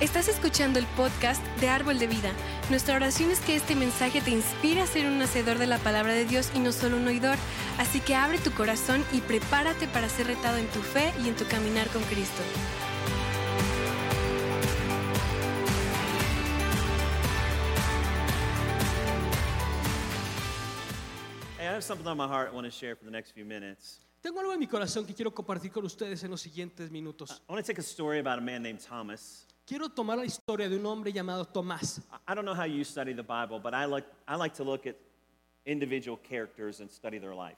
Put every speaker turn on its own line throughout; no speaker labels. Estás escuchando el podcast de Árbol de Vida. Nuestra oración es que este mensaje te inspire a ser un hacedor de la palabra de Dios y no solo un oidor. Así que abre tu corazón y prepárate para ser retado en tu fe y en tu caminar con Cristo.
Hey, I have something on my heart I want to share for the next few minutes.
Tengo algo en mi corazón que quiero compartir con ustedes en los siguientes minutos.
I want to take a story about a man named Thomas.
Quiero tomar la historia de un hombre llamado Tomás.
I- I don't know how you study the Bible, but I like, I like to look at individual characters and study their life.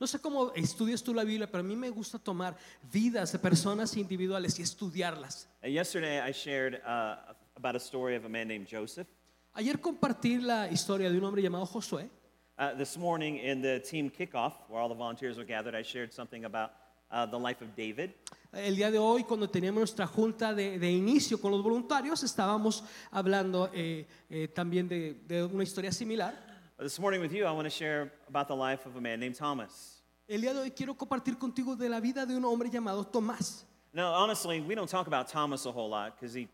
No sé cómo estudias tú la Biblia, pero a mí me gusta tomar vidas de personas individuales y estudiarlas.
And Uh, yesterday, I shared uh, about a story of a man named Joseph.
Ayer compartí la historia de un hombre llamado Josué.
Uh, this morning, in the team kickoff, where all the volunteers were gathered, I shared something about uh, the life of David.
El día de hoy, cuando teníamos nuestra junta de, de inicio con los voluntarios, estábamos hablando eh, eh, también de, de una historia similar.
Uh, This morning, with you, I want to share about the life of a man named Thomas.
El día de hoy quiero compartir contigo de la vida de un hombre llamado Tomás.
Now, honestly, we don't talk about Thomas a whole lot because he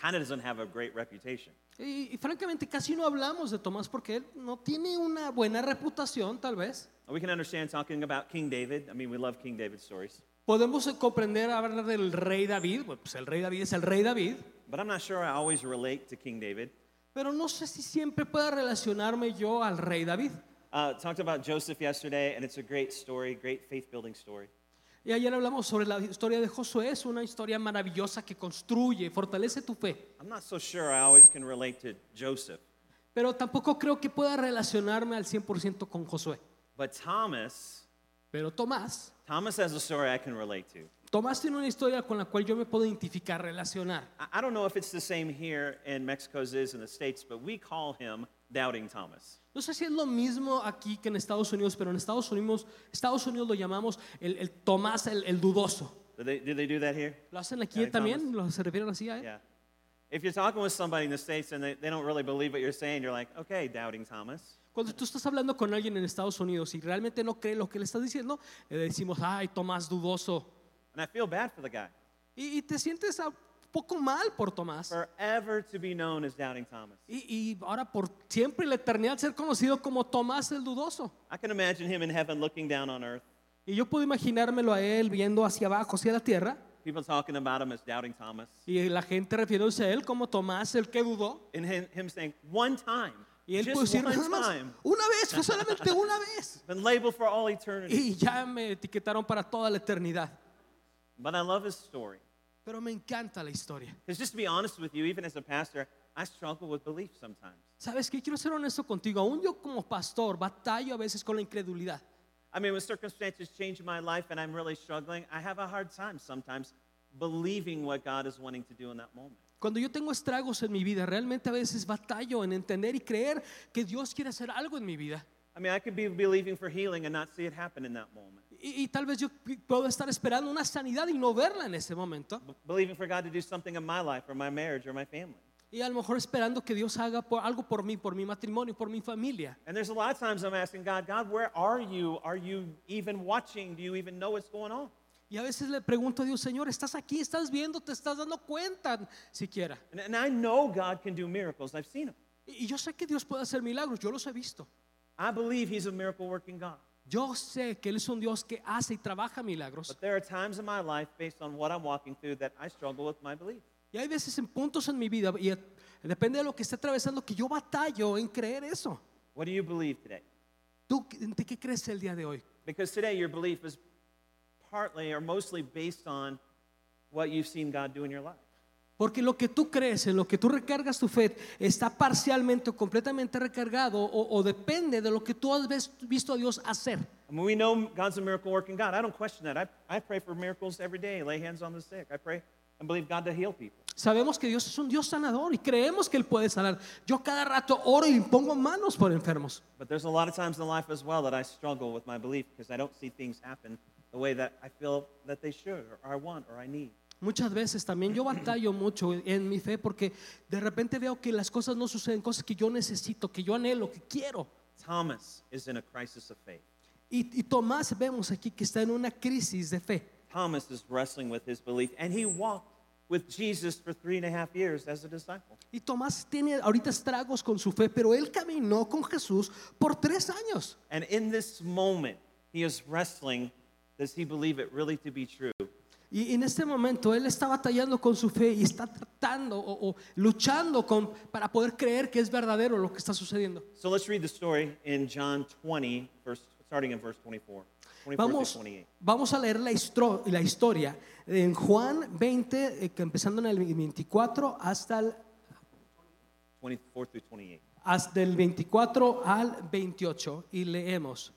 kind of doesn't have a great reputation.
Y, y francamente casi no hablamos de Tomás porque él no tiene una buena reputación, tal vez.
We can understand talking about King David. I mean, we love King David stories.
Podemos eh, comprender hablar del rey David, bueno, pues el rey David es el rey David,
But I'm not sure I always relate to King David.
pero no sé si siempre pueda relacionarme yo al rey David.
Uh, talked about Joseph yesterday, and it's a great story, great faith building story.
Y ayer hablamos sobre la historia de Josué, es una historia maravillosa que construye, fortalece tu fe,
I'm not so sure I always can relate to Joseph.
pero tampoco creo que pueda relacionarme al 100% con Josué.
But Thomas,
Pero Tomás,
Thomas has a story I can relate to.
Tomás tiene una historia con la cual yo me puedo identificar, relacionar.
I- I don't know if it's the same here in Mexico as it is in the States, but we call him Doubting Thomas.
No sé si es lo mismo aquí que en Estados Unidos, pero en Estados Unidos, Estados Unidos lo llamamos el, el Tomás el, el dudoso.
Do they do, they do that here?
¿Lo hacen
Yeah,
aquí
hay
también? ¿Lo se refieren así a él?
Yeah. If you're talking with somebody in the States and they, they don't really believe what you're saying, you're like, okay, Doubting Thomas.
Cuando tú estás hablando con alguien en Estados Unidos y realmente no cree lo que le estás diciendo, le decimos, ay, Tomás dudoso.
And I feel bad for the guy.
Y, y te sientes un poco mal por Tomás.
Forever to be known as Doubting Thomas.
Y, y ahora por siempre y la eternidad ser conocido como Tomás el dudoso.
I can imagine him in heaven looking down on earth,
Y yo puedo imaginármelo a él viendo hacia abajo, hacia la tierra,
people talking about him as Doubting Thomas,
y la gente refiriéndose a él como Tomás el que dudó.
and him, him saying, one time,
Y él puede
just
decir,
one
nada más,
time,
una vez, fue solamente una vez.
been labeled for all eternity.
Y ya me etiquetaron para toda la eternidad.
But I love his story.
Pero me encanta la historia.
Because just to be honest with you, even as a pastor, I struggle with belief sometimes.
¿Sabes qué? Quiero ser honesto contigo. Aún yo como pastor batallo a veces con la incredulidad.
I mean, when circumstances change in my life and I'm really struggling, I have a hard time sometimes believing what God is wanting to do in that moment.
Cuando yo tengo estragos en mi vida, realmente a veces batallo en entender y creer que Dios quiere hacer algo en mi vida.
I mean, I could be believing for healing and not see it happen in that moment.
Y, y tal vez yo p- puedo estar esperando una sanidad y no verla en ese momento.
B- believing for God to do something in my life or my marriage or my family.
Y a lo mejor esperando que Dios haga por- algo por mí, por mi matrimonio, por mi familia.
And there's a lot of times I'm asking God, God, where are you? Are you even watching? Do you even know what's going on?
Y a veces le pregunto a Dios, Señor, estás aquí, estás viendo, te estás dando cuenta siquiera.
And, and I know God can do miracles. I've seen him.
Y y yo sé que Dios puede hacer milagros, yo los he visto.
I believe he's a miracle working God.
Yo sé que Él es un Dios que hace y trabaja milagros.
But there are times in my life, based on what I'm walking through, that I struggle with my belief.
Y hay veces en puntos en mi vida, y eh, depende de lo que esté atravesando, que yo batallo en creer eso.
What do you believe today?
¿Tú de qué crees el día de hoy?
Because today your belief is partly or mostly based on what you've seen God do in your life.
Porque lo que tú crees, en lo que tú recargas tu fe, está parcialmente o completamente recargado o, o depende de lo que tú has ves- visto a Dios hacer.
I mean, we know God's a miracle working God. I don't question that. I, I pray for miracles every day, lay hands on the sick. I pray and believe God to heal people.
Sabemos que Dios es un Dios sanador y creemos que Él puede sanar. Yo cada rato oro y pongo manos por enfermos.
But there's a lot of times in life as well that I struggle with my belief because I don't see things happen the way that I feel that they should or I want or I need.
Muchas veces también yo batallo mucho en- en mi fe porque de repente veo que las cosas no suceden, cosas que yo necesito, que yo anhelo, que quiero.
Thomas is in a crisis of faith.
Y, y Tomás vemos aquí que está en una crisis de fe.
Thomas is wrestling with his belief and he walked with Jesus for three and a half years as a disciple.
Y Tomás tiene ahorita estragos con su fe, pero él caminó con Jesús por tres años.
And in this moment, he is wrestling does he believe it really to be true?
Y en este momento él está batallando con su fe y está tratando o, o luchando con, para poder creer que es verdadero lo que está sucediendo.
So let's read the story in John 20, verse, starting in verse 24. 24 through
Vamos,
28.
vamos a leer la, histro- la historia en Juan 20, eh, que empezando en el 24 hasta el,
24 through 28.
hasta el 24 al 28 y leemos.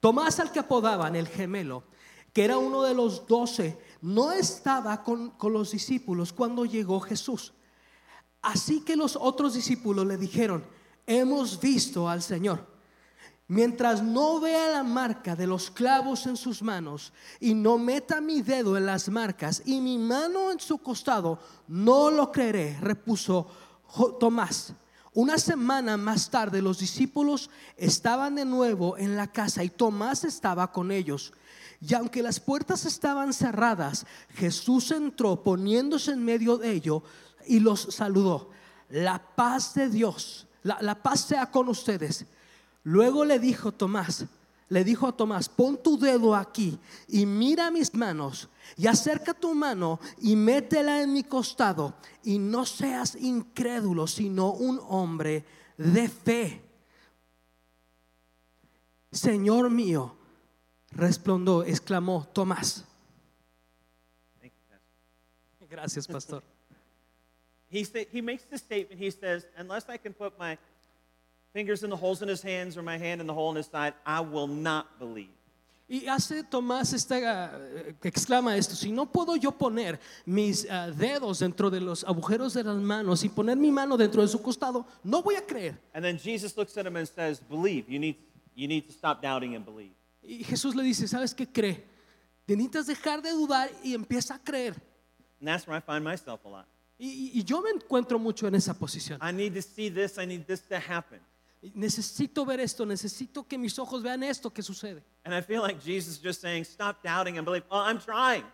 Tomás al que apodaban el gemelo, que era uno de los doce, no estaba con, con los discípulos cuando llegó Jesús. Así que los otros discípulos le dijeron, hemos visto al Señor. Mientras no vea la marca de los clavos en sus manos y no meta mi dedo en las marcas y mi mano en su costado, no lo creeré, repuso Jo- Tomás. Una semana más tarde los discípulos estaban de nuevo en la casa y Tomás estaba con ellos. Y aunque las puertas estaban cerradas, Jesús entró poniéndose en medio de ellos y los saludó. La paz de Dios, la, la paz sea con ustedes. Luego le dijo Tomás, le dijo a Tomás, pon tu dedo aquí y mira mis manos y acerca tu mano y métela en mi costado y no seas incrédulo, sino un hombre de fe. Señor mío, resplondó, exclamó Tomás.
Thank you, Pastor.
Gracias, pastor.
He, sa- he makes the statement, he says, unless I can put my fingers in the holes in his hands or my hand in the hole in his side, I will not believe.
Y hace Tomás esta, eh, exclama esto, si no puedo yo poner mis ah, dedos dentro de los agujeros de las manos y poner mi mano dentro de su costado, no voy a creer.
And then Jesus looks at him and says, believe. You need, you need to stop doubting and believe.
Y Jesús le dice, ¿sabes qué cree? Te Necesitas dejar de dudar y empieza a creer.
And that's where I find myself a lot.
Y, y- y yo me encuentro mucho en esa posición.
I need to see this. I need this to happen.
Necesito ver esto, necesito que mis ojos vean esto que sucede.
And I feel like Jesus is just saying, stop doubting and believe. Oh, I'm trying.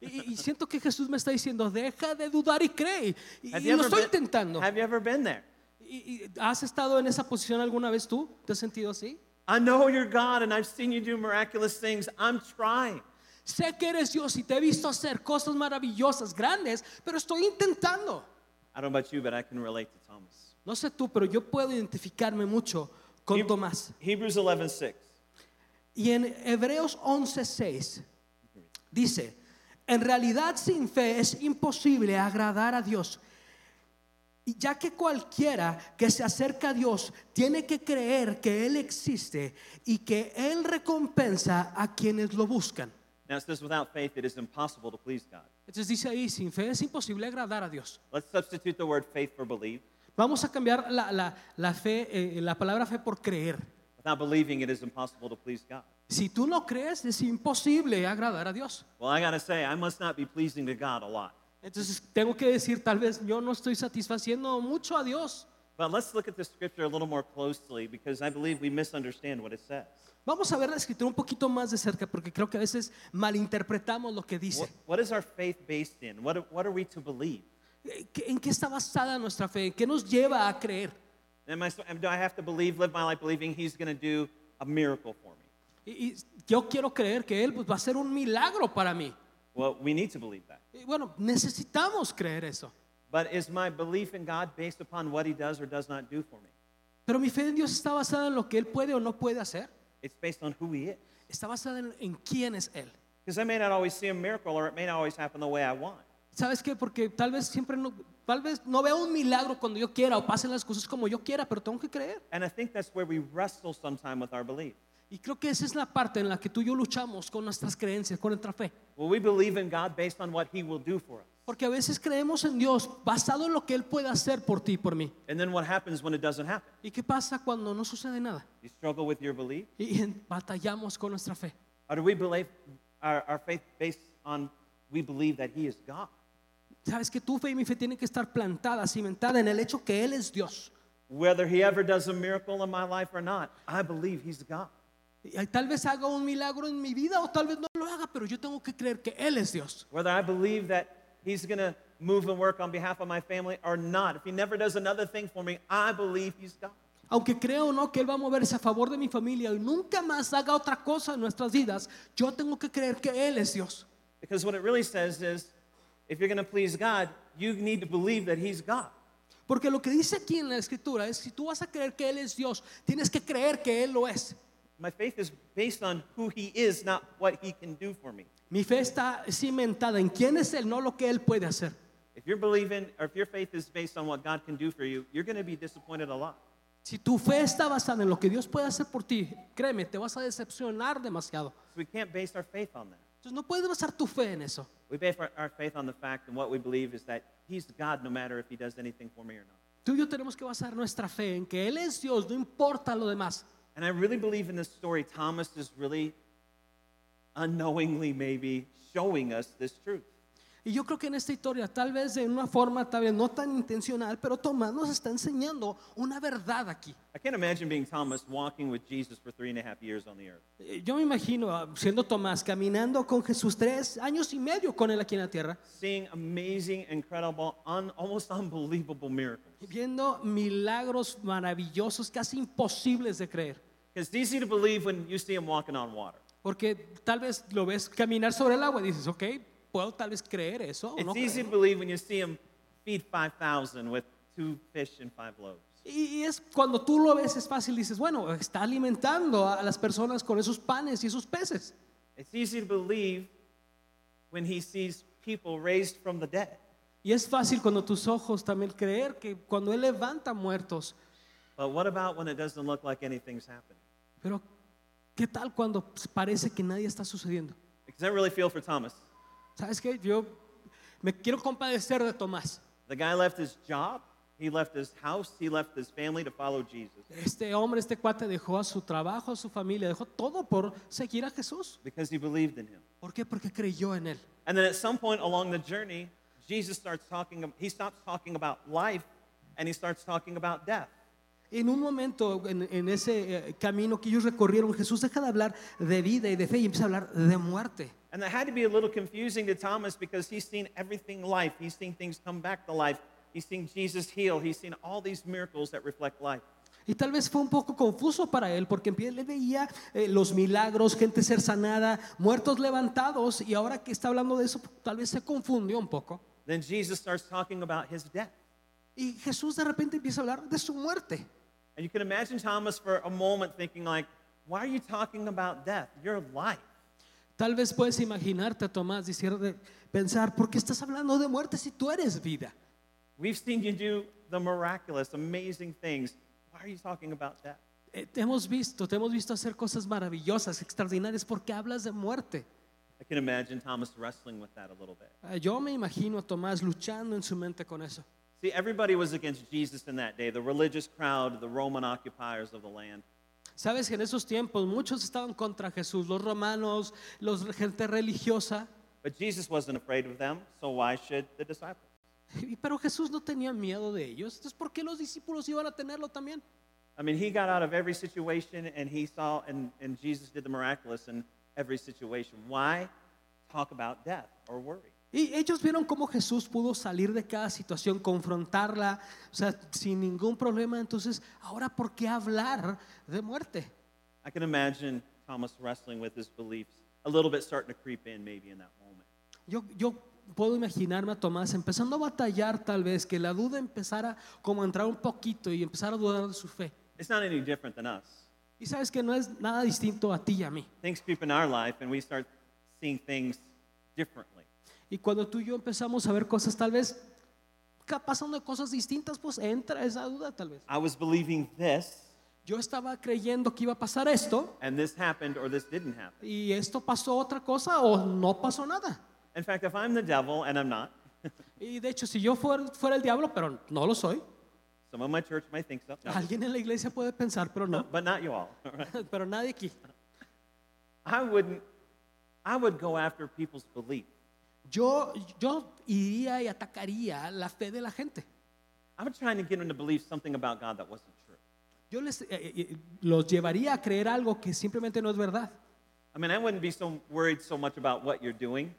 Y- Y, y siento que Jesús me está diciendo, deja de dudar y cree. Y,
Have
y
you
lo
ever
estoy
been-
intentando.
Have you ever been there?
Y- y- ¿Has estado en esa posición alguna vez tú? ¿Te has sentido así?
I know you're God and I've seen you do miraculous things. I'm trying.
Sé que eres Dios y te he visto hacer cosas maravillosas, grandes, pero estoy intentando.
I don't know about you, but I can relate to Thomas.
No sé tú, pero yo puedo identificarme mucho con
Heb-
Tomás.
Hebrews 11, 6.
Y en Hebreos 11:6 dice, en realidad sin fe es imposible agradar a Dios, y ya que cualquiera que se acerca a Dios tiene que creer que Él existe y que Él recompensa a quienes lo buscan.
Now it says, without faith, it is impossible to please God.
Entonces dice ahí, sin fe es imposible agradar a Dios.
Let's substitute the word faith for believe.
Vamos a cambiar la, la- la fe, eh, la palabra fe por creer.
Without believing, it is impossible to please God.
Si tú no crees, es imposible agradar a Dios.
Well, I got to say, I must not be pleasing to God a lot.
Entonces tengo que decir, tal vez yo no estoy satisfaciendo mucho a Dios.
But let's look at this scripture a little more closely because I believe we misunderstand what it says.
Vamos a ver la escritura un poquito más de cerca porque creo que a veces malinterpretamos lo que dice.
What, what is our faith based in? What, what are we to believe?
Eh, ¿qué- ¿En qué está basada nuestra fe? ¿En qué nos lleva a creer?
Am I, do I have to believe, live my life believing He's going to do a miracle for me?
Y, y yo quiero creer que Él pues, va a ser un milagro para mí.
Well, we need to believe that.
Y bueno, necesitamos creer eso.
But is my belief in God based upon what He does or does not do for me?
Pero mi fe en Dios está basada en lo que Él puede o no puede hacer.
It's based on who He is.
Está basada en, en quién es Él.
Because I may not always see a miracle or it may not always happen the way I want.
¿Sabes qué? Porque tal vez siempre no, tal vez no veo un milagro cuando yo quiera o pasen las cosas como yo quiera, pero tengo que creer.
And I think that's where we wrestle sometime with our belief.
Y creo que esa es la parte en la que tú y yo luchamos con nuestras creencias, con nuestra fe.
Well, we believe in God based on what He will do for us.
Porque a veces creemos en Dios basado en lo que Él puede hacer por ti y por mí.
And then what happens when it doesn't happen?
¿Y qué pasa cuando no sucede nada?
You struggle with your belief?
Y en- batallamos con nuestra fe.
Or do we believe our, our faith based on we believe that He is God?
Sabes que tu fe y mi fe tienen que estar plantadas, cimentadas en el hecho que Él es Dios.
Whether He ever does a miracle in my life or not, I believe He's God.
Y- y tal vez haga un milagro en mi vida o tal vez no lo haga, pero yo tengo que creer que Él es Dios.
Whether I believe that he's going to move and work on behalf of my family or not, if he never does another thing for me, I believe he's God.
Aunque creo o no que Él va a moverse a favor de mi familia y nunca más haga otra cosa en nuestras vidas, yo tengo que creer que Él es Dios.
Because what it really says is if you're going to please God, you need to believe that he's God.
Porque lo que dice aquí en la escritura es, si tú vas a creer que Él es Dios, tienes que creer que Él lo es.
My faith is based on who he is, not what he can do for me.
Mi fe está cimentada en quién es Él, no lo que Él puede hacer.
If you're believing or if your faith is based on what God can do for you, you're going to be disappointed a lot.
Si tu fe está basada en lo que Dios puede hacer por ti, créeme, te vas a decepcionar demasiado.
So we can't base our faith on that.
Entonces no puedes basar tu fe en eso.
We base our, our faith on the fact and what we believe is that he's God no matter if he does anything for me or not.
Tú y yo tenemos que basar nuestra fe en que Él es Dios, no importa lo demás.
And I really believe in this story, Thomas is really unknowingly maybe showing us this truth.
Y yo creo que en esta historia, tal vez de una forma, tal vez no tan intencional, pero Tomás nos está enseñando una verdad aquí.
I can't imagine being Thomas walking with Jesus for three and a half years on the earth.
Eh, Yo me imagino ah, siendo Tomás caminando con Jesús tres años y medio con él aquí en la tierra,
seeing amazing, incredible, un, almost unbelievable miracles.
viendo milagros maravillosos, casi imposibles de creer.
It's easy to believe when you see him walking on water.
Porque tal vez lo ves caminar sobre el agua y dices, ok, puedo tal vez creer eso. o no
It's easy to
creerlo".
believe when you see him feed 5,000 with two fish and five loaves.
Y y es cuando tú lo ves es fácil, dices, bueno, está alimentando a las personas con esos panes y esos peces.
It's easy to believe when he sees people raised from the dead.
Y es fácil cuando tus ojos también creer que cuando Él levanta muertos,
But what about when it doesn't look like anything's happening?
pero ¿qué tal cuando parece que nadie está sucediendo?
Because I really feel for Thomas.
¿Sabes qué? Yo me quiero compadecer de Tomás.
The guy left his job, he left his house, he left his family to follow Jesus
Este hombre, este cuate dejó a su trabajo, a su familia, dejó todo por seguir a Jesús.
because he believed in him.
¿Por qué? Porque creyó en Él.
And then at some point along the journey, Jesus starts talking, he stops talking about life and he starts talking about death.
En un momento, en, en ese eh, camino que ellos recorrieron, Jesús deja de hablar de vida y de fe y empieza a hablar de muerte.
And that had to be a little confusing to Thomas because he's seen everything life. He's seen things come back to life. He's seen Jesus heal. He's seen all these miracles that reflect life.
Y tal vez fue un poco confuso para él, porque en pie le veía eh, los milagros, gente ser sanada, muertos levantados, y ahora que está hablando de eso, tal vez se confundió un poco.
Then Jesus starts talking about his death.
Y Jesús de repente empieza a hablar de su muerte.
And you can imagine Thomas for a moment thinking like, why are you talking about death? Your life.
Tal vez puedes imaginarte a Tomás diciendo, pensar, ¿por qué estás hablando de muerte si tú eres vida?
We've seen you do the miraculous, amazing things. Why are you talking about death?
Eh, te hemos visto, te hemos visto hacer cosas maravillosas, extraordinarias, ¿por qué hablas de muerte?
I can imagine Thomas wrestling with that a little bit.
Ah, Yo me imagino a Tomás luchando en su mente con eso.
See, everybody was against Jesus in that day the religious crowd, the Roman occupiers of the land.
Sabes que en esos tiempos muchos estaban contra Jesús, los romanos, los gente religiosa,
But Jesus wasn't afraid of them, so why should the disciples?
y- pero Jesús no tenía miedo de ellos. Entonces, ¿por qué los discípulos iban a tenerlo también?
I mean, he got out of every situation and he saw, and, and Jesus did the miraculous in every situation. Why talk about death or worry?
Y ellos vieron cómo Jesús pudo salir de cada situación, confrontarla, o sea, sin ningún problema. Entonces, ahora, ¿por qué hablar de muerte?
I can imagine Thomas wrestling with his beliefs, a little bit starting to creep in maybe in that moment.
Yo, yo puedo imaginarme a Tomás empezando a batallar tal vez, que la duda empezara como a entrar un poquito y empezar a dudar de su fe.
It's not any different than us.
Y sabes que no es nada distinto a ti y a mí.
Things creep in our life and we start seeing things differently.
Y cuando tú y yo empezamos a ver cosas, tal vez ca- pasando cosas distintas, pues entra esa duda tal vez.
I was believing this,
Yo estaba creyendo que iba a pasar esto
and this happened or this didn't happen.
y esto pasó otra cosa o no pasó nada.
In fact, if I'm the devil, and I'm not,
Y de hecho, si yo fuera, fuera el diablo, pero no lo soy,
some of my church might think so, no,
alguien en la iglesia puede pensar, pero no,
but not you all. all right?
pero nadie aquí.
I wouldn't, I would go after people's belief.
Yo, yo iría y atacaría la fe de la gente.
I was trying to get them to believe something about God that wasn't true.
Yo les, eh, eh, los llevaría a creer algo que simplemente no es verdad.
I mean, I wouldn't be so worried so much about what you're doing.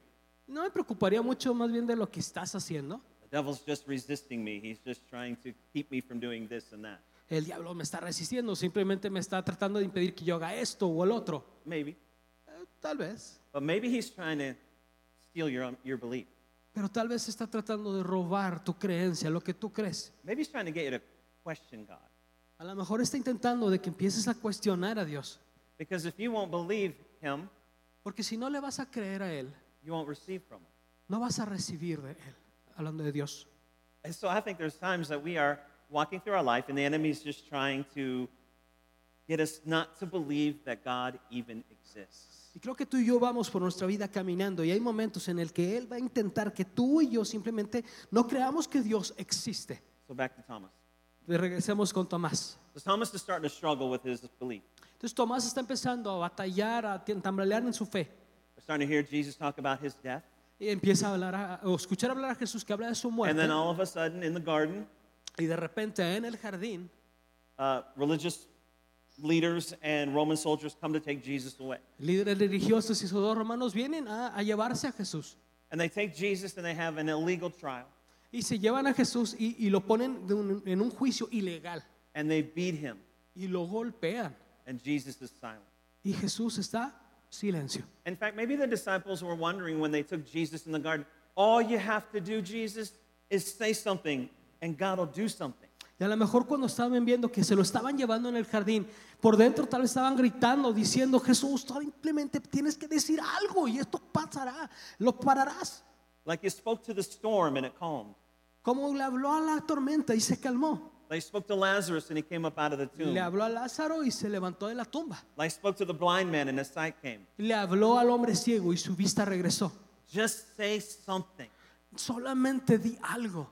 No me preocuparía mucho más bien de lo que estás haciendo.
The devil's just resisting me. He's just trying to keep me from doing this and that.
El diablo me está resistiendo, simplemente me está tratando de impedir que yo haga esto o el otro.
Maybe.
Eh, tal vez,
But maybe he's trying to steal your, your belief.
pero tal vez está tratando de robar tu creencia, lo que tú crees.
Maybe he's trying to get you to question God.
A lo mejor está intentando de que empieces a cuestionar a Dios,
Because if you won't believe him,
porque si no le vas a creer a Él,
you won't receive from him.
no vas a recibir de Él, hablando de Dios.
And so I think there's times that we are walking through our life and the enemy's just trying to get us not to believe that God even exists.
Y creo que tú y yo vamos por nuestra vida caminando y hay momentos en el que Él va a intentar que tú y yo simplemente no creamos que Dios existe.
So back to Thomas.
Le regresemos con Tomás.
So Thomas is starting to struggle with his belief.
Entonces Tomás está empezando a batallar, a t- tambalear en su fe.
We're starting to hear Jesus talk about his death.
Y empieza a hablar, a, o escuchar hablar a Jesús que habla de su
And
muerte.
then all of a sudden in the garden,
Y de repente en el jardín,
uh, religious leaders and Roman soldiers come to take Jesus away.
líderes religiosos y soldados romanos vienen a, a llevarse a Jesús.
And they take Jesus and they have an illegal trial.
Y se llevan a Jesús y, y lo ponen de un- en un juicio ilegal.
And they beat him.
Y lo golpean.
And Jesus is silent.
Y Jesús está silencio.
In fact, maybe the disciples were wondering when they took Jesus in the garden, all you have to do, Jesus, is say something, and God will do something.
Y a lo mejor cuando estaban viendo que se lo estaban llevando en el jardín, por dentro tal vez estaban gritando, diciendo, Jesús, tú simplemente tienes que decir algo y esto pasará, lo pararás.
Like you spoke to the storm and it calmed.
Como le habló a la tormenta y se calmó.
Like you spoke to Lazarus and he came up out of the
Le
tomb.
habló a Lázaro y se levantó de la tumba.
Like you spoke to the blind man and his sight came.
Le habló al hombre ciego y su vista regresó.
Just say something.
Solamente di algo.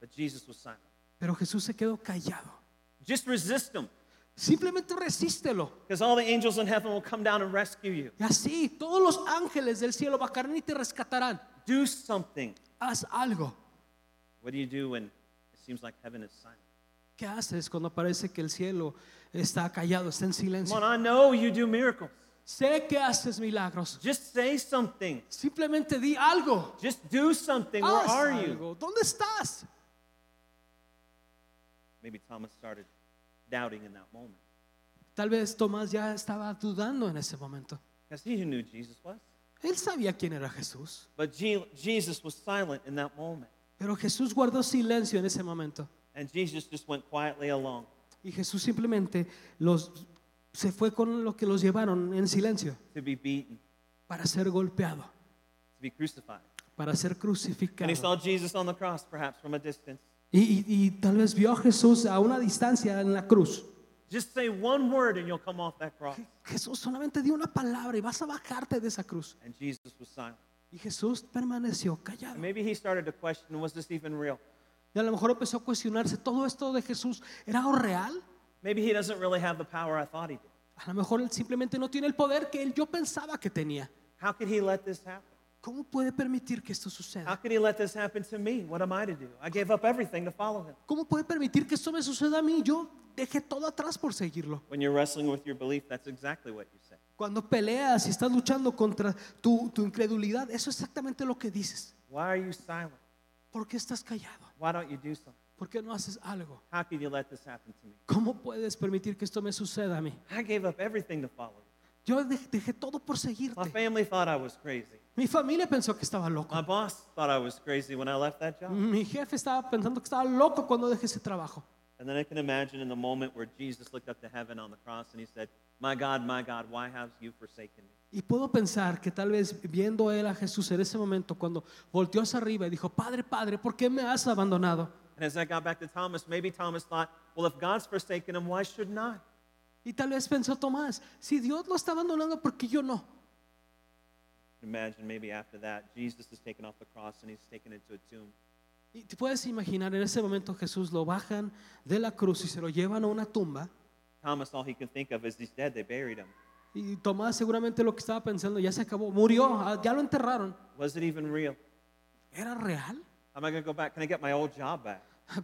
But Jesus was silent.
Pero Jesús se quedó callado.
Just resist him,
Simplemente resístelo.
because all the angels in heaven will come down and rescue you.
Y así todos los ángeles del cielo bajarán y te rescatarán.
Do something.
Haz algo.
What do you do when it seems like heaven is silent?
¿Qué haces cuando parece que el cielo está callado, está en
Come on,
silencio?
I know you do miracles.
Sé que haces milagros.
Just say something.
Simplemente di algo.
Just do something. Where
Haz
are you?
algo. ¿Dónde estás?
Maybe Thomas started doubting in that moment
Tal vez Tomás ya estaba dudando en ese momento.
because he knew Jesus was.
Él sabía quién era Jesús,
But Je- Jesus was silent in that moment.
pero Jesús guardó silencio en ese momento.
And Jesus just went quietly along.
Y Jesús simplemente los, se fue con lo que los llevaron en silencio
to be beaten,
para ser golpeado,
to be crucified.
para ser
And he
crucificado.
saw Jesus on the cross, perhaps from a distance.
Y, y- y tal vez vio a Jesús a una distancia en la cruz.
Just say one word and you'll come off that cross.
Jesús solamente dio una palabra y vas a bajarte de esa cruz.
And Jesus was silent.
Y Jesús permaneció callado.
And maybe he started to question was this even real?
Y a lo mejor empezó a cuestionarse, ¿todo esto de Jesús era algo real?
Maybe he doesn't really have the power I thought he did.
A lo mejor él simplemente no tiene el poder que él yo pensaba que tenía.
How could he let this happen?
¿Cómo puede permitir que esto
How
suceda?
could he let this happen to me? What am I to do? I gave up everything to follow him.
¿Cómo puede permitir que esto me suceda a mí? Yo dejé todo atrás por seguirlo.
When you're wrestling with your belief, that's exactly what you say.
Cuando peleas y estás luchando contra tu, tu incredulidad, eso es exactamente lo que dices.
Why are you silent?
¿Por qué estás callado?
Why don't you do something?
¿Por qué no haces algo?
How could you let this happen to me?
¿Cómo puedes permitir que esto me suceda a mí?
I gave up everything to follow you.
Yo de- dejé todo por
My
seguirte.
family thought I was crazy.
Mi familia pensó que estaba loco.
My boss thought I was crazy when I left that job.
Mi jefe estaba pensando que estaba loco cuando dejé ese trabajo.
And then I can imagine in the moment where Jesus looked up to heaven on the cross and he said, My God, my God, why have you forsaken me?
Y puedo pensar que tal vez viendo él a Jesús en ese momento, cuando volteó hacia arriba y dijo, Padre, Padre, ¿por qué me has abandonado?
And as I got back to Thomas, maybe Thomas thought, Well, if God's forsaken him, why shouldn't I?
Y tal vez pensó Tomás, si Dios lo está abandonando, ¿por qué yo no?
Imagine maybe after that, Jesus is taken off the cross and he's taken into a tomb.
Y te puedes imaginar, en ese momento Jesús lo bajan de la cruz y se lo llevan a una tumba.
Thomas, all he can think of is he's dead, they buried him.
Y Tomás seguramente lo que estaba pensando, ya se acabó, murió, ah, ya lo enterraron.
Was it even real?
¿Era real?
How am I going to go back? Can I get my old job back?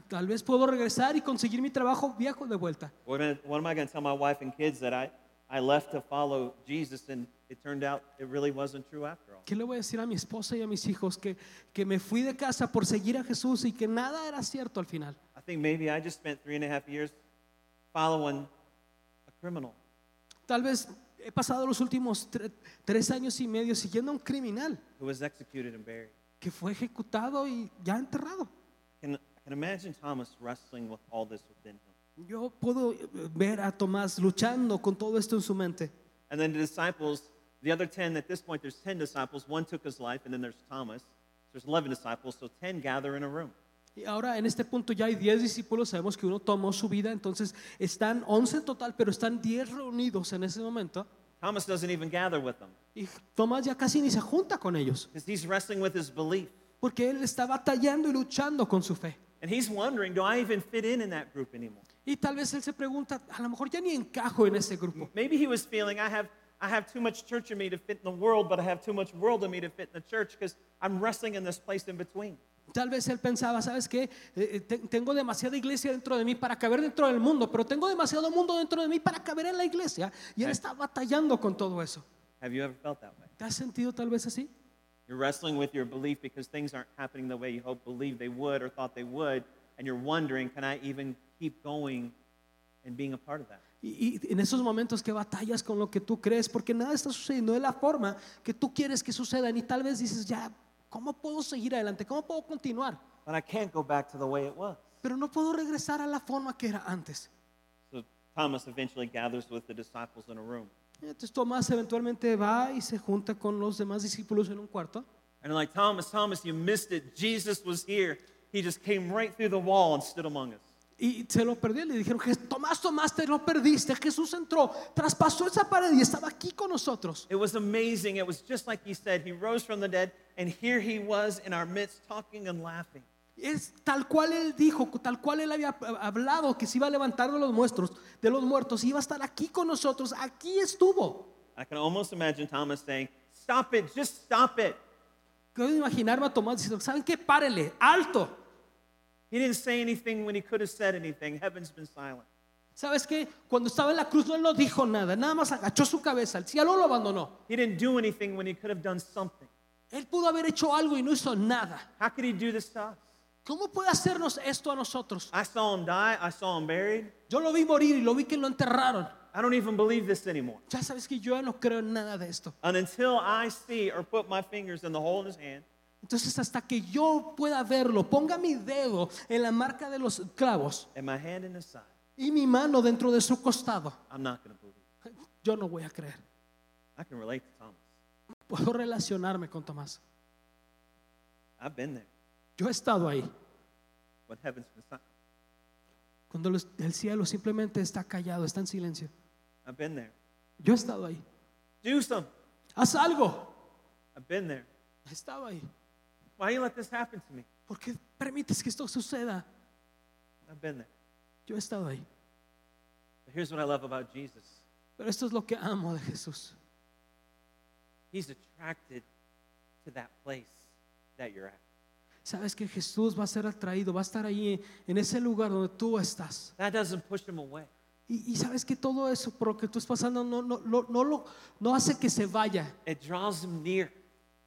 Tal vez puedo regresar y conseguir mi trabajo viejo de vuelta.
What am I- what am I going to tell my wife and kids that I I left to follow Jesus, and it turned out it really wasn't true after all.
¿Qué le voy a decir a mi esposa y a mis hijos? Que, que me fui de casa por seguir a Jesús y que nada era cierto al final.
I think maybe I just spent three and a half years following a criminal.
Tal vez he pasado los últimos tre- tres años y medio siguiendo a un criminal
who was executed and buried.
que fue ejecutado y ya enterrado.
I can, I can imagine Thomas wrestling with all this within him.
Yo puedo eh, ver a Tomás luchando con todo esto en su mente.
And then the disciples, the other 10, at this point, there's 10 disciples. One took his life, and then there's Thomas. So there's 11 disciples, so 10 gather in a room.
Y ahora en este punto ya hay 10 discípulos, sabemos que uno tomó su vida, entonces están 11 en total, pero están 10 reunidos en ese momento.
Thomas doesn't even gather with them
Y Tomás ya casi ni se junta con ellos,
because he's wrestling with his belief.
porque él está batallando y luchando con su fe.
And he's wondering, do I even fit in in that group anymore?
Y tal vez él se pregunta, a lo mejor ya ni encajo en ese grupo.
Maybe he was feeling, I have, I have too much church in me to fit in the world, but I have too much world in me to fit in the church because I'm wrestling in this place in between.
Tal vez él pensaba, ¿sabes qué? Eh, eh, te- tengo demasiada iglesia dentro de mí para caber dentro del mundo, pero tengo demasiado mundo dentro de mí para caber en la iglesia. Y él está batallando con todo eso.
Have you ever felt that way?
¿Te has sentido tal vez así?
You're wrestling with your belief because things aren't happening the way you hoped, believed they would, or thought they would, and you're wondering, can I even keep going and being a part of that?
Y, y en esos momentos que batallas con lo que tú crees, porque nada está sucediendo de la forma que tú quieres que sucedan y tal vez dices, ya, ¿cómo puedo seguir adelante? ¿Cómo puedo continuar?
But I can't go back to the way it was.
Pero no puedo regresar a la forma que era antes.
So Thomas eventually gathers with the disciples in a room.
Entonces Tomás eventualmente va y se junta con los demás discípulos en un cuarto.
And they're like, Thomas, Thomas, you missed it. Jesus was here. He just came right through the wall and stood among us.
Y se lo perdió, le dijeron, "Je- Tomás, Tomás, te lo perdiste, Jesús entró, traspasó esa pared y estaba aquí con nosotros.
It was amazing. It was just like he said. He rose from the dead, and here he was in our midst talking and laughing.
Es tal cual él dijo, tal cual él había eh, hablado que se iba a levantar de los muertos, de los muertos, iba a estar aquí con nosotros, aquí estuvo.
I can almost imagine Thomas saying, Stop it, just stop it.
Quiero imaginarme a Tomás diciendo, ¿saben qué? Párenle, alto.
He didn't say anything when he could have said anything. Heaven's been silent.
¿Sabes qué? Cuando estaba en la cruz no, él no dijo nada, nada más agachó su cabeza, el cielo lo abandonó.
He didn't do anything when he could have done something.
Él pudo haber hecho algo y no hizo nada.
How could he do this to us?
¿Cómo puede hacernos esto a nosotros?
I saw him die. I saw him buried.
Yo lo vi morir y lo vi que lo enterraron.
I don't even believe this anymore.
Ya sabes que yo ya no creo en nada de esto.
And until I see or put my fingers in the hole in his hand,
Entonces hasta que yo pueda verlo, ponga mi dedo en la marca de los clavos
and my hand in his side,
y mi mano dentro de su costado,
I'm not going to believe.
yo no voy a creer.
I can relate to Thomas.
Puedo relacionarme con Tomás.
I've been there
Yo he estado ahí,
when heaven's been silent.
cuando los- el cielo simplemente está callado, está en silencio.
I've been there.
Yo he estado ahí.
Do something.
Haz algo.
I've been there.
He estado ahí.
Why do you let this happen to me?
¿Por qué permites que esto suceda?
I've been there.
Yo he estado ahí.
But here's what I love about Jesus
Pero esto es lo que amo de Jesús.
He's attracted to that place that you're at.
Sabes que Jesús va a ser atraído, va a estar ahí en ese lugar donde tú estás.
That doesn't push him away.
Y, y sabes que todo eso por lo que tú estás pasando no, no, no, no, lo, no hace que se vaya.
It draws him near.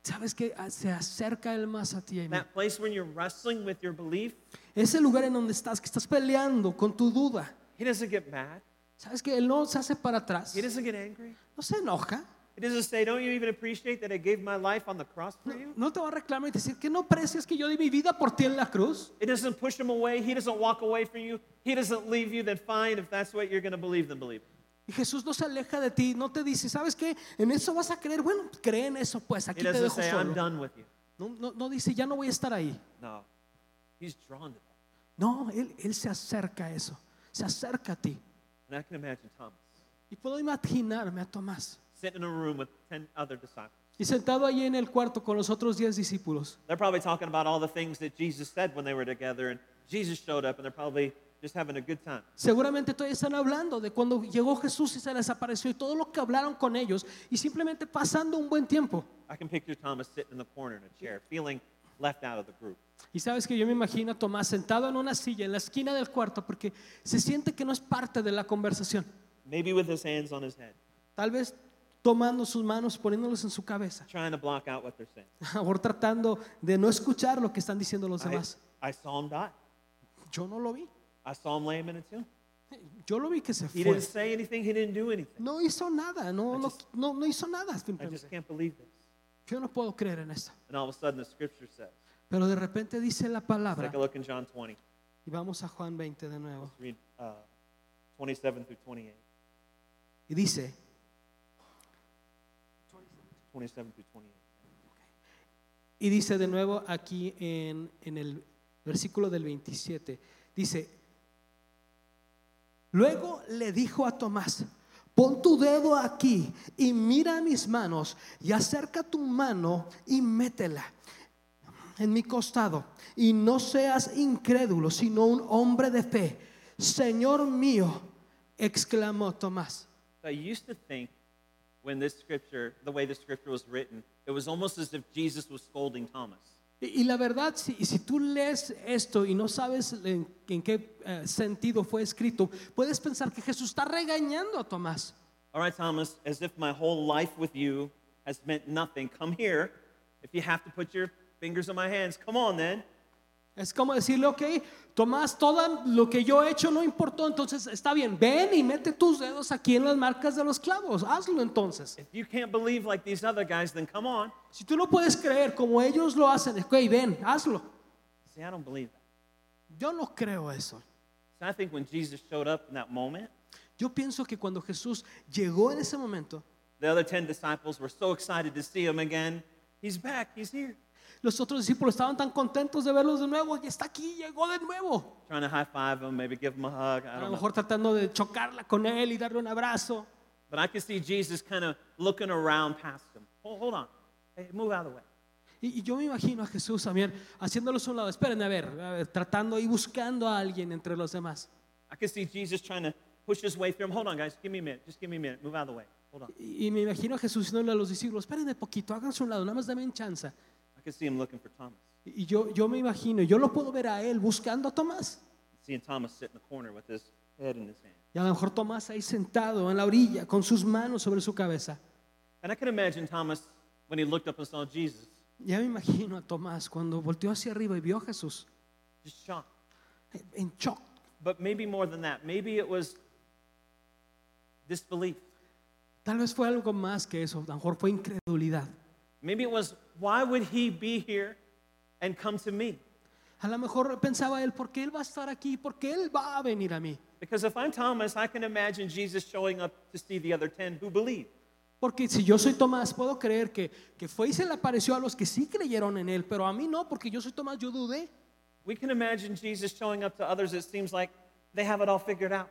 Sabes que a- se acerca Él más a ti. Aimee.
That place when you're wrestling with your belief,
Ese lugar en donde estás, que estás peleando con tu duda.
he doesn't get mad.
Sabes que Él no se hace para atrás.
He doesn't get angry.
No se enoja.
He doesn't say, Don't you even appreciate that I gave my life on the cross for you?
No te va a reclamar y decir que no aprecias que yo di mi vida por ti en la cruz.
It doesn't push him away. He doesn't walk away from you. He doesn't leave you. Then fine, if that's what you're going to believe, then believe. it.
Y Jesús no se aleja de ti, no te dice, ¿sabes qué? En eso vas a creer. Bueno, cree en eso, pues aquí
He
te
doesn't
dejo
say, I'm
solo.
done with you.
No, no, no dice, ya no voy a estar ahí.
No. He's drawn to that.
No, él, él se acerca a eso, se acerca a ti.
And I can imagine Thomas
Y puedo imaginarme a Tomás.
sitting in a room with 10 other disciples.
Y sentado ahí en el cuarto con los otros diez discípulos.
They're probably talking about all the things that Jesus said when they were together, and Jesus showed up, and they're probably just having a good time.
Seguramente todavía están hablando de cuando llegó Jesús y se les apareció y todo lo que hablaron con ellos y simplemente pasando un buen tiempo.
I can picture Thomas sitting in the corner in a chair, feeling left out of the group.
Y sabes que yo me imagino a Tomás sentado en una silla en la esquina del cuarto porque se siente que no es parte de la conversación.
maybe with his hands on his head.
Tal vez tomando sus manos, poniéndolas en su cabeza,
trying to block out what they're saying.
o tratando de no escuchar lo que están diciendo los
I,
demás.
I saw him die.
Yo no lo vi.
I saw him lay him in a tomb.
Yo lo vi que se
He
fue.
didn't say anything. He didn't do anything.
No hizo nada, no,
I
no,
just-
no, no hizo nada.
I just
simplemente.
can't believe this.
Yo no puedo creer en esto.
And all of a sudden, the scripture says,
Pero de repente dice la palabra,
take a look in John 20,
y vamos a Juan 20 de nuevo,
read uh, 27 through 28.
y dice,
27 through 28.
Y dice de nuevo aquí en, en el versículo del 27, dice, luego le dijo a Tomás, pon tu dedo aquí y mira mis manos y acerca tu mano y métela en mi costado y no seas incrédulo, sino un hombre de fe. Señor mío, exclamó Tomás.
So I used to think when this scripture, the way the scripture was written, it was almost as if Jesus was scolding Thomas.
Y y la verdad, si, si tú lees esto y no sabes en, en qué eh, sentido fue escrito, puedes pensar que Jesús está regañando a Tomás.
All right, Thomas, as if my whole life with you has meant nothing. Come here. If you have to put your fingers in my hands, come on then.
Es como decirle, ok, Tomás, todo lo que yo he hecho no importó, entonces está bien, ven y mete tus dedos aquí en las marcas de los clavos, hazlo entonces.
If you can't believe like these other guys, then come on.
Si tú no puedes creer como ellos lo hacen, ok, ven, hazlo.
See, I don't believe that.
Yo no creo eso.
So I think when Jesus showed up in that moment,
Yo pienso que cuando Jesús llegó en ese momento,
the other 10 disciples were so excited to see him again. He's back, he's here.
los otros discípulos estaban tan contentos de verlos de nuevo y está aquí, llegó de nuevo.
Trying to high five him, maybe give him a hug. I
A lo
don't know.
mejor tratando de chocarla con él y darle un abrazo.
But I could see Jesus kind of looking around past him. Hold, hold on. Hey, move out of the way.
Y, y yo me imagino a Jesús también haciéndolos a un lado. Esperen, a ver, a ver, tratando y buscando a alguien entre los demás.
I could see Jesus trying to push his way through him. Hold on, guys. Give me a minute. Just give me a minute. Move out of the way. Hold on.
Y, y me imagino a Jesús diciéndole a los discípulos, esperen de poquito, háganse a un lado, nada más dame un chance.
I could see him looking for Thomas,
Y y yo, yo me imagino, yo lo puedo ver a él buscando a Tomás.
seeing Thomas sit in the corner with his head in his hand.
Y a lo mejor Tomás ahí sentado en la orilla con sus manos sobre su cabeza.
And I can imagine Thomas when he looked up and saw Jesus,
Ya me imagino a Tomás cuando volteó hacia arriba y vio a Jesús
just shocked.
eh, en shock.
But maybe more than that. Maybe it was disbelief.
Tal vez fue algo más que eso, a lo mejor fue incredulidad.
Maybe it was, why would he be here and come to me?
A lo mejor pensaba él, ¿por qué él va a estar aquí? ¿Por qué él va a venir a mí?
Because if I'm Thomas, I can imagine Jesus showing up to see the other 10 who believe.
Porque si yo soy Tomás, puedo creer que, que fue y se le apareció a los que sí creyeron en él, pero a mí no, porque yo soy Tomás, yo dudé.
We can imagine Jesus showing up to others, it seems like they have it all figured out.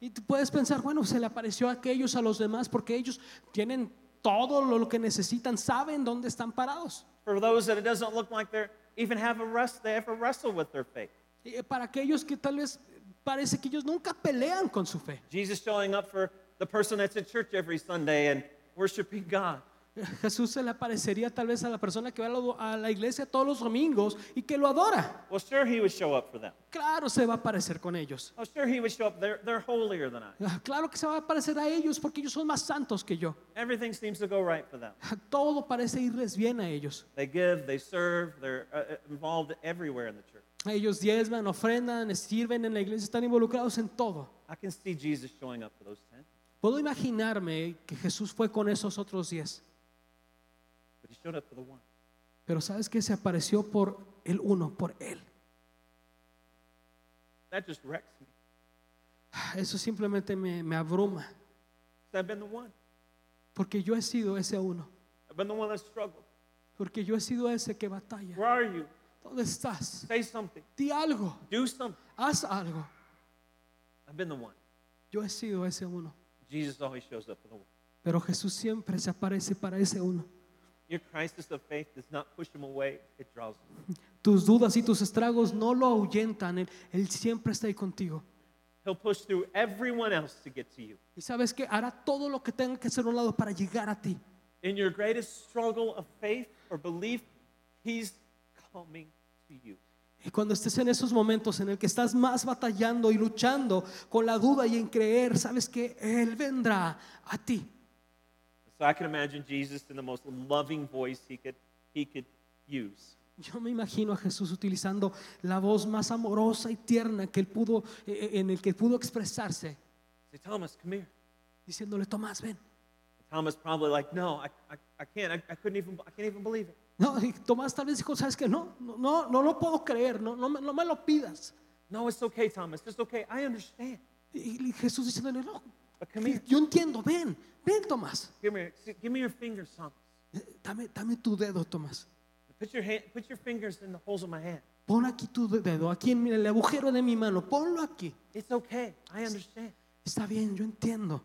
Y tú puedes pensar, bueno, se le apareció a aquellos, a los demás, porque ellos tienen todo lo que necesitan, saben dónde están parados.
For those that it doesn't look like they're even have a rest, they ever wrestle with their faith.
Y, eh, para aquellos que tal vez parece que ellos nunca pelean con su fe.
Jesus showing up for the person that's at church every Sunday and worshiping God.
Jesús se le aparecería tal vez a la persona que va a la- a la iglesia todos los domingos y que lo adora.
Well, sure, he would show up for them.
Claro, se va a aparecer con ellos.
Oh, sure, he would show up. They're, they're holier than I.
Ah, Claro que se va a parecer a ellos porque ellos son más santos que yo.
Everything seems to go right for them.
Ah, Todo parece irles bien a ellos.
They give, they serve, they're uh, uh, involved everywhere in the church.
Ellos diezman, ofrendan, sirven en la iglesia, están involucrados en todo.
I can see Jesus showing up for those 10,
Puedo imaginarme que Jesús fue con esos otros diez,
but he showed up for the one.
pero sabes que se apareció por el uno, por él.
That just wrecks me.
Ah, Eso simplemente me, me abruma,
'Cause I've been the one.
porque yo he sido ese uno,
I've been the one that struggled.
porque yo he sido ese que batalla.
Where are you?
¿Dónde estás?
Say something.
Di algo,
Do something.
haz algo.
I've been the one.
Yo he sido ese uno,
Jesus always shows up for the one.
pero Jesús siempre se aparece para ese uno.
Your crisis of faith does not push him away, it draws him.
Tus dudas y tus estragos no lo ahuyentan. Él, Él siempre está ahí contigo.
He'll push through everyone else to get to you.
Y sabes que hará todo lo que tenga que hacer a un lado para llegar a ti.
In your greatest struggle of faith or belief, he's coming to you.
Y cuando estés en esos momentos en el que estás más batallando y luchando con la duda y en creer, sabes que Él vendrá a ti.
So I can imagine Jesus in the most loving voice he could, he could use.
Yo me imagino a Jesús utilizando la voz más amorosa y tierna que él pudo, eh, en el que pudo expresarse,
Say, Thomas, come here.
diciéndole, Tomás, ven.
Thomas probably like, no, I, I, I can't. I, I couldn't even, I can't even believe it.
No, y Tomás tal vez dijo, sabes que no, no, no, no lo puedo creer, no, no, me- no me lo pidas.
No, it's okay, Thomas. It's okay. I understand.
Y y Jesús diciéndole, no,
But come here.
yo entiendo, ven, ven Tomás,
Give me, see, give me your fingers, Thomas.
Eh, dame, dame tu dedo Tomás,
Put your, hand, put your fingers in the holes of my hand.
pon aquí tu dedo, aquí en el agujero de mi mano, ponlo aquí.
It's okay. I understand.
Está bien, yo entiendo.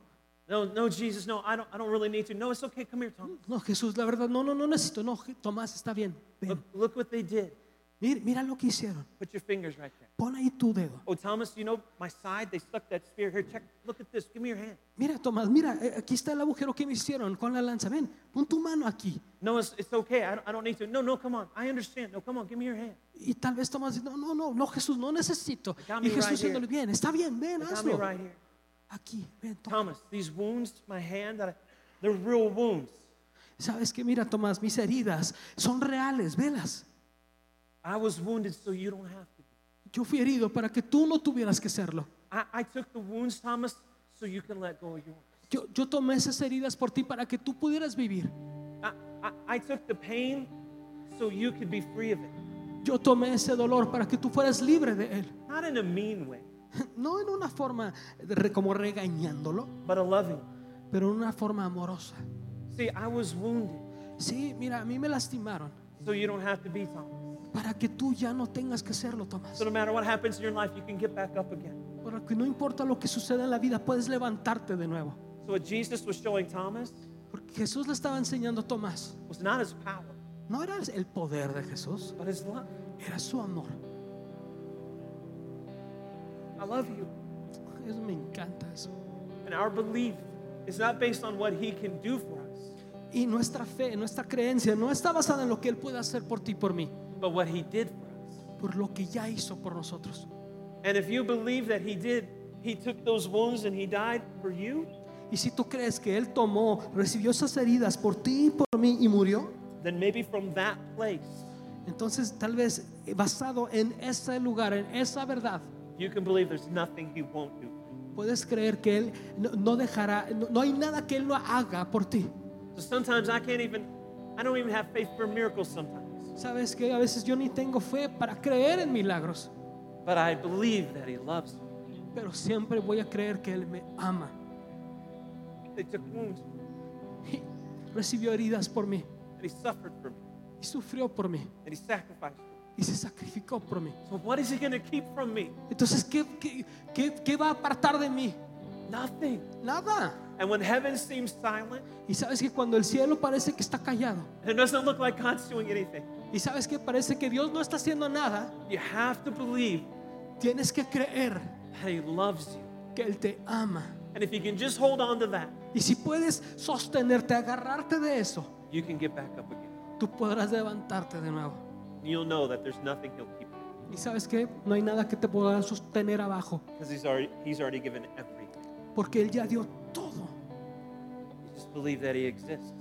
No, no, Jesus, no, I don't, I don't really need to. No, it's okay. Come here, Thomas.
No, Jesús, la verdad, no, no, no necesito, no, Je- Tomás, está bien,
Look,
ven.
look what they did.
Mira, mira lo que hicieron,
Put your fingers right there.
pon ahí tu dedo.
Oh, Thomas, you know my side? They stuck that spear here. Check. Look at this. Give me your hand.
Mira Tomás, mira, eh, aquí está el agujero que me hicieron con la lanza, ven, pon tu mano aquí.
No, it's, it's okay. I don't, I don't need to. No, no, come on. I understand. No, come on. Give me your hand.
Y tal vez Tomás dice, no, no, no, no, Jesús, no necesito.
Got me
Y
right
Jesús
here.
diciéndole, bien, está bien, ven,
Got me
hazlo.
right here.
Aquí, ven, toma.
Thomas, these wounds, to my hand, that I, they're real wounds.
Sabes que mira, Tomás, mis heridas son reales, velas.
I was wounded so you don't have to be.
Yo fui herido para que tú no tuvieras que serlo.
I, I took the wounds, Thomas, so you can let go of yours.
Yo, yo tomé esas heridas por ti para que tú pudieras vivir.
I, I, I took the pain so you could be free of it.
Yo tomé ese dolor para que tú fueras libre de él.
Not in a mean way,
No en una forma de re- como regañándolo,
but a loving. way.
pero en una forma amorosa.
See, I was wounded
Sí, mira, a mí me lastimaron
so you don't have to be, Thomas.
para que tú ya no tengas que serlo, Tomás.
So no matter what happens in your life, you can get back up again.
Para que no importa lo que suceda en la vida, puedes levantarte de nuevo.
So what Jesus was showing Thomas
Porque Jesús le estaba enseñando a Tomás.
was not his power,
No era el poder de Jesús,
but his love.
era su amor.
I love you.
Eso me encanta eso.
And our belief is not based on what he can do for us,
Y nuestra fe, nuestra creencia no está basada en lo que Él puede hacer por ti y por mí,
but what he did for us.
por lo que ya hizo por nosotros.
And if you believe that he did, he took those wounds and he died for you,
Y si tú crees que Él tomó, recibió esas heridas por ti y por mí y murió,
then maybe from that place,
entonces tal vez eh, basado en ese lugar, en esa verdad,
you can believe there's nothing he won't do.
puedes creer que Él no, no dejará, no, no hay nada que Él no haga por ti.
So sometimes I can't even, I don't even have faith for miracles sometimes,
Sabes que a veces yo ni tengo fe para creer en milagros,
but I believe that he loves me.
pero siempre voy a creer que Él me ama.
They took wounds
Y recibió heridas por mí,
and he suffered for me
y sufrió por mí,
and he sacrificed for me.
y se sacrificó por mí.
So what is he going to keep from me?
Entonces, ¿qué, qué, qué- qué va a apartar de mí?
Nothing.
Nada.
And when heaven seems silent
Y sabes que cuando el cielo parece que está callado,
and it doesn't look like God's doing anything,
y sabes que parece que Dios no está haciendo nada,
you have to believe
tienes que creer
that he loves you.
que Él te ama.
And if you can just hold on to that,
Y si puedes sostenerte, agarrarte de eso,
you can get back up again.
tú podrás levantarte de nuevo.
You'll know that there's nothing he'll keep
Y sabes que no hay nada que te pueda sostener abajo,
because he's already he's already given everything.
porque Él ya dio todo.
You just believe that he exists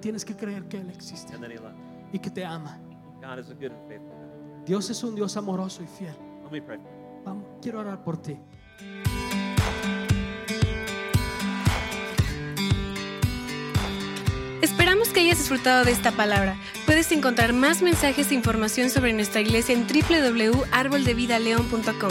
Tienes que creer que Él existe
and that he loves. you.
y que te ama.
God is a good and faithful God.
Dios es un Dios amoroso y fiel.
Let me pray. for you.
Vamos, quiero orar por ti.
Esperamos que hayas disfrutado de esta palabra. Puedes encontrar más mensajes e información sobre nuestra iglesia en www.arboldevidaleon.com.